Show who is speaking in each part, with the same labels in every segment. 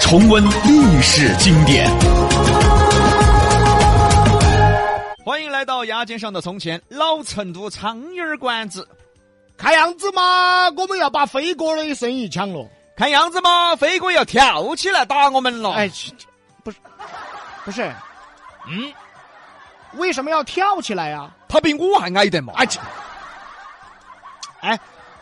Speaker 1: 重温历史经典。
Speaker 2: 欢迎来到牙尖上的从前，老成都苍蝇馆子。
Speaker 3: 看样子嘛，我们要把飞哥的生意抢了。
Speaker 2: 看样子嘛，飞哥要跳起来打我们
Speaker 3: 哦
Speaker 2: 了。
Speaker 4: 哎，去去不是，不是，嗯，为什么要跳起来呀、
Speaker 3: 啊
Speaker 2: 他比我还矮得嘛！
Speaker 4: 哎，去哎，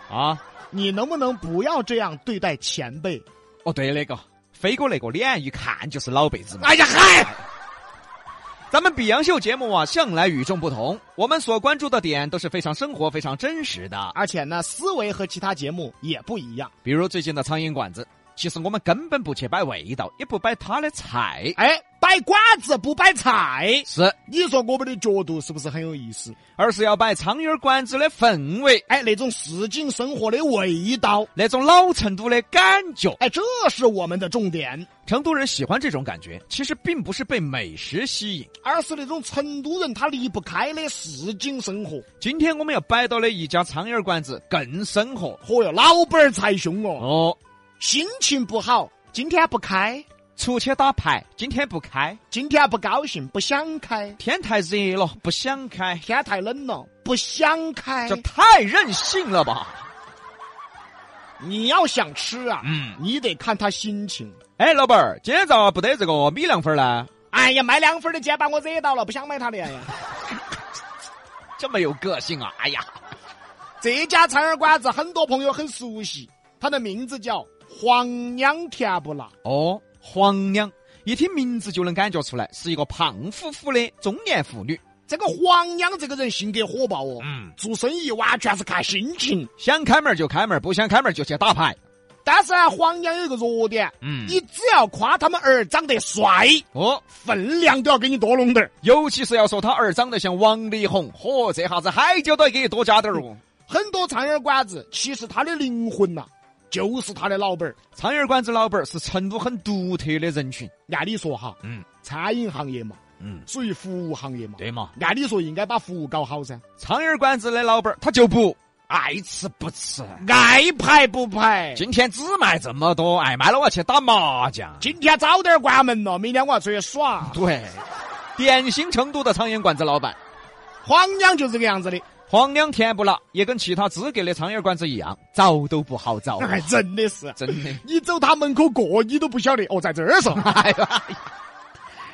Speaker 2: 啊，
Speaker 4: 你能不能不要这样对待前辈？
Speaker 2: 哦对那个，飞哥那个脸一看就是老辈子嘛。
Speaker 4: 哎呀嗨！
Speaker 2: 咱们比洋秀节目啊，向来与众不同，我们所关注的点都是非常生活、非常真实的。
Speaker 4: 而且呢，思维和其他节目也不一样。
Speaker 2: 比如最近的苍蝇馆子，其实我们根本不去摆味道，也不摆他的菜，
Speaker 4: 哎，摆瓜子不摆菜，
Speaker 2: 是，
Speaker 4: 你说我们的角度是不是很有意思？
Speaker 2: 而是要摆苍蝇馆子的氛围，
Speaker 4: 哎，那种市井生活的味道，
Speaker 2: 那种老成都的感觉。
Speaker 4: 哎，这是我们的重点，
Speaker 2: 成都人喜欢这种感觉，其实并不是被美食吸引。
Speaker 4: 而是那种成都人他离不开的市井生活。
Speaker 2: 今天我们要摆到的一家苍蝇馆子更生活
Speaker 4: 嚯哟，老板儿才凶哦！
Speaker 2: 哦，
Speaker 4: 心情不好，今天不开，
Speaker 2: 出去打牌，今天不开，
Speaker 4: 今天不高兴，不想开，
Speaker 2: 天太热了，不想开，
Speaker 4: 天太冷了，不想开
Speaker 2: 这。太任性了吧？
Speaker 4: 你要想吃啊，
Speaker 2: 嗯
Speaker 4: 你得看他心情。
Speaker 2: 哎，老板儿，今天咋不得这个米凉粉儿呢？
Speaker 4: 哎呀，卖凉粉的今天把我惹到了，不想买他的。哎呀，
Speaker 2: 这么有个性啊！哎呀，
Speaker 4: 这家苍耳馆子很多朋友很熟悉，它的名字叫黄娘甜不辣。
Speaker 2: 哦，黄娘，一听名字就能感觉出来是一个胖乎乎的中年妇女。
Speaker 4: 这个黄娘这个人性格火爆哦，
Speaker 2: 嗯，
Speaker 4: 做生意完全是看心情。
Speaker 2: 想开门儿就开门儿，不想开门儿就去打牌。
Speaker 4: 但是呢，啊黄娘有一个弱点，
Speaker 2: 嗯
Speaker 4: 你只要夸他们儿长得帅，
Speaker 2: 哦，
Speaker 4: 分量都要给你多弄点儿。
Speaker 2: 尤其是要说他儿长得像王力宏，嚯，这下子海椒都要给你多加点儿哦。
Speaker 4: 很多苍蝇馆子其实他的灵魂呐、就是他的老板儿。
Speaker 2: 苍蝇馆子老板儿是成都很独特的人群。
Speaker 4: 按理说哈，
Speaker 2: 嗯，
Speaker 4: 餐饮行业嘛，
Speaker 2: 嗯，
Speaker 4: 属于服务行业嘛，
Speaker 2: 对嘛？
Speaker 4: 按理说应该把服务搞好噻。
Speaker 2: 苍蝇馆子的老板儿他就不爱吃不吃，
Speaker 4: 爱排不排？
Speaker 2: 今天只卖这么多，哎，卖了我要去打麻将。
Speaker 4: 今天早点关门了，明天我要出去耍。
Speaker 2: 对，典型成都的苍蝇馆子老板，
Speaker 4: 黄娘就这个样子的，
Speaker 2: 黄粱甜不辣，也跟其他资格的苍蝇馆子一样，找都不好找、
Speaker 4: 哎，真的是，
Speaker 2: 真的。
Speaker 4: 你走他门口过，你都不晓得哦，在这儿嗦。
Speaker 2: 哎呀，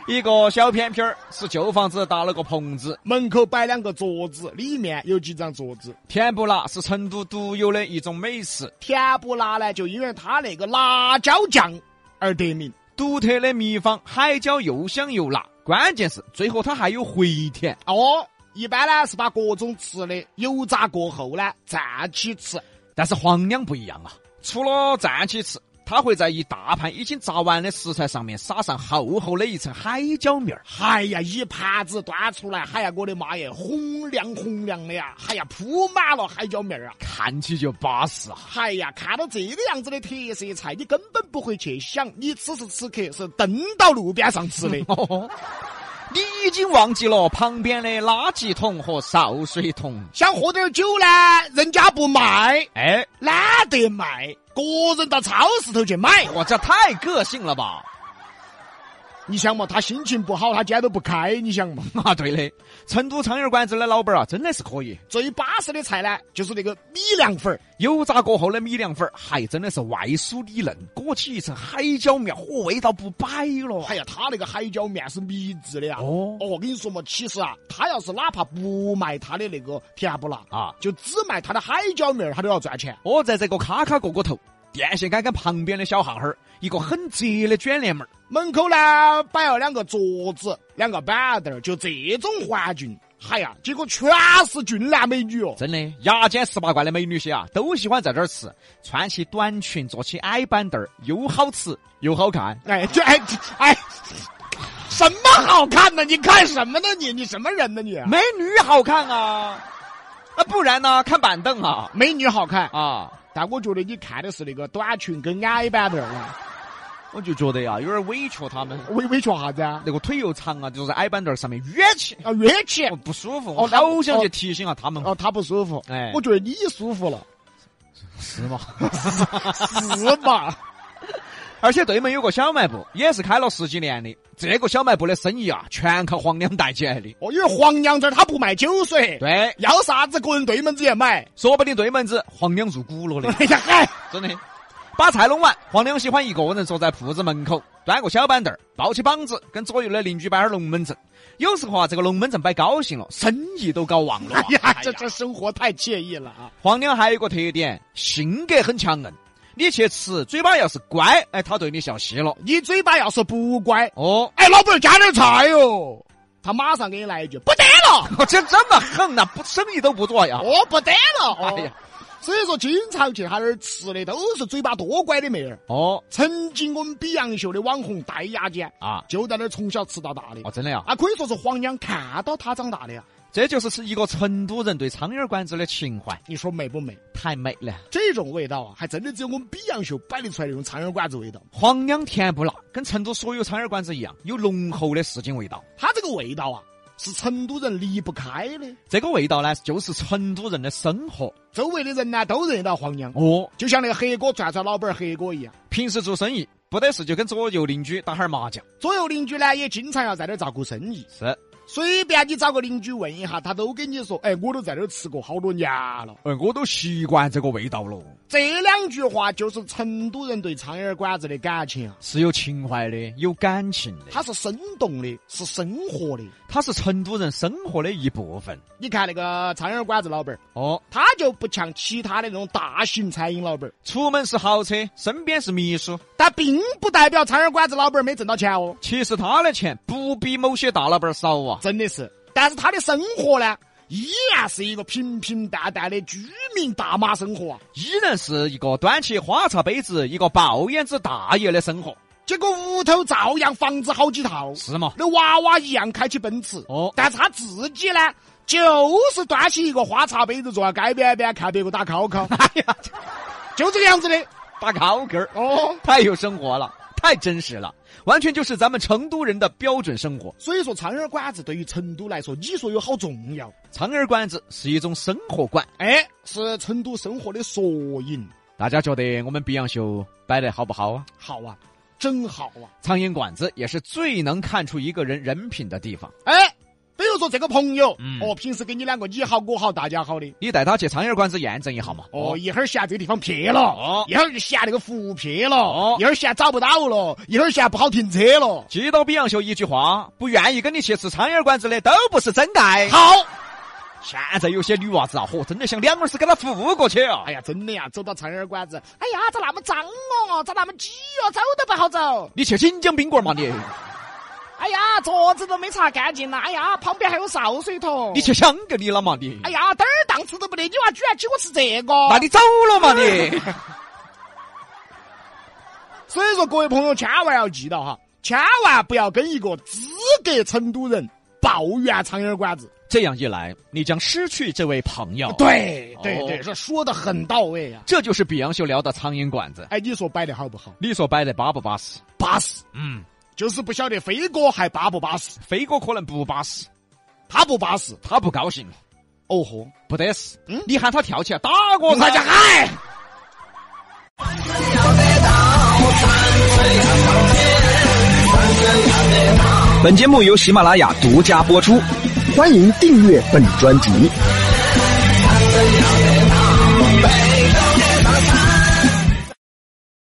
Speaker 2: 一个小偏僻儿是旧房子搭了个棚子，
Speaker 4: 门口摆两个桌子，里面有几张桌子。
Speaker 2: 甜不辣是成都独有的一种美食，
Speaker 4: 甜不辣呢，就因为它那个辣椒酱而得名。
Speaker 2: 独特的秘方，海椒又香又辣，关键是最后它还有回甜。
Speaker 4: 哦，一般呢是把各种吃的油炸过后呢蘸起吃。
Speaker 2: 但是黄粱不一样啊，除了蘸起吃，它会在一大盘已经炸完的食材上面撒上厚厚的一层海椒面儿。
Speaker 4: 哎呀，一盘子端出来，哎呀，我的妈耶，红亮红亮的呀！哎呀，铺满了海椒面儿啊！
Speaker 2: 看起就巴适啊！。
Speaker 4: 哎呀，看到这个样子的特色菜，你根本不会去想，你此时此刻是蹲到路边上吃的
Speaker 2: 哦，你已经忘记了旁边的垃圾桶和潲水桶。
Speaker 4: 想喝点酒呢，人家不卖，
Speaker 2: 哎，
Speaker 4: 懒得卖，个人到超市头去买。
Speaker 2: 我这太个性了吧？
Speaker 4: 你想嘛，他心情不好，他今天都不开，你想嘛？
Speaker 2: 啊，对的，成都苍蝇馆子的老板儿啊，真的是可以。
Speaker 4: 最巴适的菜呢，就是那个米凉粉儿。
Speaker 2: 油炸过后的米凉粉儿，还真的是外酥里嫩，裹起一层海椒面，嚯，味道不摆了。
Speaker 4: 哎呀，他那个海椒面是秘制的呀。
Speaker 2: 哦
Speaker 4: 哦，我跟你说嘛，其实啊，他要是哪怕不卖他的那个甜不辣，
Speaker 2: 啊，
Speaker 4: 就只卖他的海椒面儿，他都要赚钱。
Speaker 2: 我在这个卡卡角角头，电线杆杆旁边的小巷儿，一个很窄的卷帘门儿。
Speaker 4: 门口呢摆了两个桌子，两个板凳儿，就这种环境，嗨呀，结果全是俊男美女哦。
Speaker 2: 真的，牙尖十八怪的美女些啊，都喜欢在这儿吃，穿起短裙，坐起矮板凳儿，又好吃又好看。
Speaker 4: 哎，这哎这哎，什么好看呢？你看什么呢？你你什么人呢你？
Speaker 2: 美女好看啊，啊，不然呢？看板凳啊
Speaker 4: 美女好看，
Speaker 2: 啊！
Speaker 4: 但我觉得你看的是那个短裙跟矮板凳儿啊，
Speaker 2: 我就觉得呀、有点委屈他们，
Speaker 4: 委委屈啥子啊？
Speaker 2: 那个腿又长啊，就在矮板凳儿上面约起，
Speaker 4: 啊，约起
Speaker 2: 我不舒服。
Speaker 4: 哦
Speaker 2: 我好想
Speaker 4: 哦
Speaker 2: 去提醒下他们，
Speaker 4: 哦，他不舒服。
Speaker 2: 哎
Speaker 4: 我觉得你舒服了，
Speaker 2: 是吗？
Speaker 4: 是吧？
Speaker 2: 而且对门有个小卖部，也是开了十几年的，这个小卖部的生意啊，全靠黄娘带起来的。
Speaker 4: 哦，因为黄娘这儿他不卖酒水，
Speaker 2: 对，
Speaker 4: 要啥子个人对门子也买。
Speaker 2: 说不定对门子黄娘入股了的，
Speaker 4: 哎呀嗨，
Speaker 2: 真的。把菜弄完，黄娘喜欢一个人坐在铺子门口，端个小板凳儿，抱起膀子，跟左右的邻居摆点龙门阵。有时候啊，这个龙门阵摆高兴了，生意都搞忘了啊、
Speaker 4: 哎呀，这这生活太惬意了啊！
Speaker 2: 黄娘还有一个特点，性格很强硬。你去吃，嘴巴要是乖，哎，她对你笑嘻了。
Speaker 4: 你嘴巴要是不乖，
Speaker 2: 哦，
Speaker 4: 哎，老板加点菜哟，他马上给你来一句不得了，
Speaker 2: 这这么横呐、不生意都不做呀。
Speaker 4: 哦不得了。哦
Speaker 2: 啊哎呀，
Speaker 4: 所以说经常去他那儿吃的都是嘴巴多乖的妹儿。
Speaker 2: 哦
Speaker 4: 曾经我们比洋秀的网红戴牙尖
Speaker 2: 啊，
Speaker 4: 就在那儿从小吃到大的
Speaker 2: 哦，，真的呀、
Speaker 4: 啊，可以说是黄娘看到他长大的呀。啊
Speaker 2: 这就是是一个成都人对苍蝇馆子的情怀，
Speaker 4: 你说美不美？
Speaker 2: 太美了。
Speaker 4: 这种味道啊，还真的只有我们比洋秀摆得出来那种苍蝇馆子味道。
Speaker 2: 黄娘甜不辣，跟成都所有苍蝇馆子一样，有浓厚的市井味道。
Speaker 4: 它这个味道啊，是成都人离不开的。
Speaker 2: 这个味道呢，就是成都人的生活。
Speaker 4: 周围的人呢都认得到黄娘，
Speaker 2: 哦，
Speaker 4: 就像那个黑锅转转老板儿黑锅一样。
Speaker 2: 平时做生意不得事就跟左右邻居打哈儿麻将。
Speaker 4: 左右邻居呢也经常要在这儿照顾生意，
Speaker 2: 是，哎，
Speaker 4: 随便你找个邻居问一下，他都跟你说：“哎，我都在这儿吃过好多年了。
Speaker 2: 哎我都习惯这个味道了，”
Speaker 4: 这两句话就是成都人对苍蝇馆子的感情啊，
Speaker 2: 是有情怀的，有感情的，
Speaker 4: 它是生动的，是生活的。
Speaker 2: 它是成都人生活的一部分。
Speaker 4: 你看那个苍蝇馆子老板儿，
Speaker 2: 哦，
Speaker 4: 他就不像其他的那种大型餐饮老板儿，
Speaker 2: 出门是豪车，身边是秘书。
Speaker 4: 但并不代表苍蝇馆子老板儿没挣到钱哦，
Speaker 2: 其实他的钱不比某些大老板儿少啊。
Speaker 4: 真的是。但是他的生活呢，依然是一个平平淡淡的居民大妈生活啊。
Speaker 2: 依然是一个端起花茶杯子，一个抱眼子大爷的生活，
Speaker 4: 结果屋头照样房子好几套，
Speaker 2: 是嘛？
Speaker 4: 那娃娃一样开起奔驰。
Speaker 2: 哦
Speaker 4: 但是他自己呢，就是端起一个花茶杯子坐在街边边看别个打 COCO，
Speaker 2: 哎呀，
Speaker 4: 就这个样子的。
Speaker 2: 打高跟儿，
Speaker 4: 哦，
Speaker 2: 太有生活了，太真实了，完全就是咱们成都人的标准生活。
Speaker 4: 所以说苍蝇馆子对于成都来说，你说有好重要？
Speaker 2: 苍耳馆子是一种生活馆，
Speaker 4: 哎，是成都生活的缩影。
Speaker 2: 大家觉得我们比洋秀摆得好不好啊？
Speaker 4: 好啊，真好啊！
Speaker 2: 苍蝇馆子也是最能看出一个人人品的地方。
Speaker 4: 哎，比如说这个朋友，
Speaker 2: 嗯
Speaker 4: 哦，平时跟你两个你好我好大家好的，
Speaker 2: 你带他去苍蝇馆子验证一下嘛。
Speaker 4: 哦，，一会儿嫌这个地方撇了，
Speaker 2: 哦
Speaker 4: 一会儿就嫌那个服务撇了，
Speaker 2: 哦
Speaker 4: 一会儿嫌找不到了，一会儿嫌不好停车了。
Speaker 2: 记到比洋秀一句话：不愿意跟你去吃苍蝇馆子的都不是真爱。
Speaker 4: 好，
Speaker 2: 现在有些女娃子啊，嚯，真的想两耳屎给她覆过去啊！
Speaker 4: 哎呀，真的呀，走到苍蝇馆子，哎呀，咋那么脏哦，咋那么挤哦，走都不好走。
Speaker 2: 你去锦江宾馆嘛你？
Speaker 4: 哎呀，桌子都没擦干净呐，哎呀，旁边还有潲水桶。
Speaker 2: 你去香格里拉嘛你？
Speaker 4: 哎呀，点儿档次都不得，你娃居然请我吃这个。
Speaker 2: 那你走了嘛
Speaker 4: 哎
Speaker 2: 你？
Speaker 4: 所以说，各位朋友千万要记到哈，千万不要跟一个资格成都人抱怨苍蝇馆子。
Speaker 2: 这样一来，你将失去这位朋友。，
Speaker 4: 对对
Speaker 2: 哦
Speaker 4: 对，这说的很到位呀、
Speaker 2: 这就是比洋秀聊的苍蝇馆子。
Speaker 4: 哎，你说摆的好不好？
Speaker 2: 你说摆得巴不巴适？
Speaker 4: 巴适，
Speaker 2: 嗯，
Speaker 4: 就是不晓得飞哥还巴不巴适，
Speaker 2: 飞哥可能不巴适，
Speaker 4: 他不巴适。
Speaker 2: 他不高兴，
Speaker 4: 哦豁，
Speaker 2: 不得事。
Speaker 4: 嗯
Speaker 2: 你喊他跳起来打我
Speaker 4: 大家嗨！
Speaker 1: 本节目由喜马拉雅独家播出，欢迎订阅本专辑。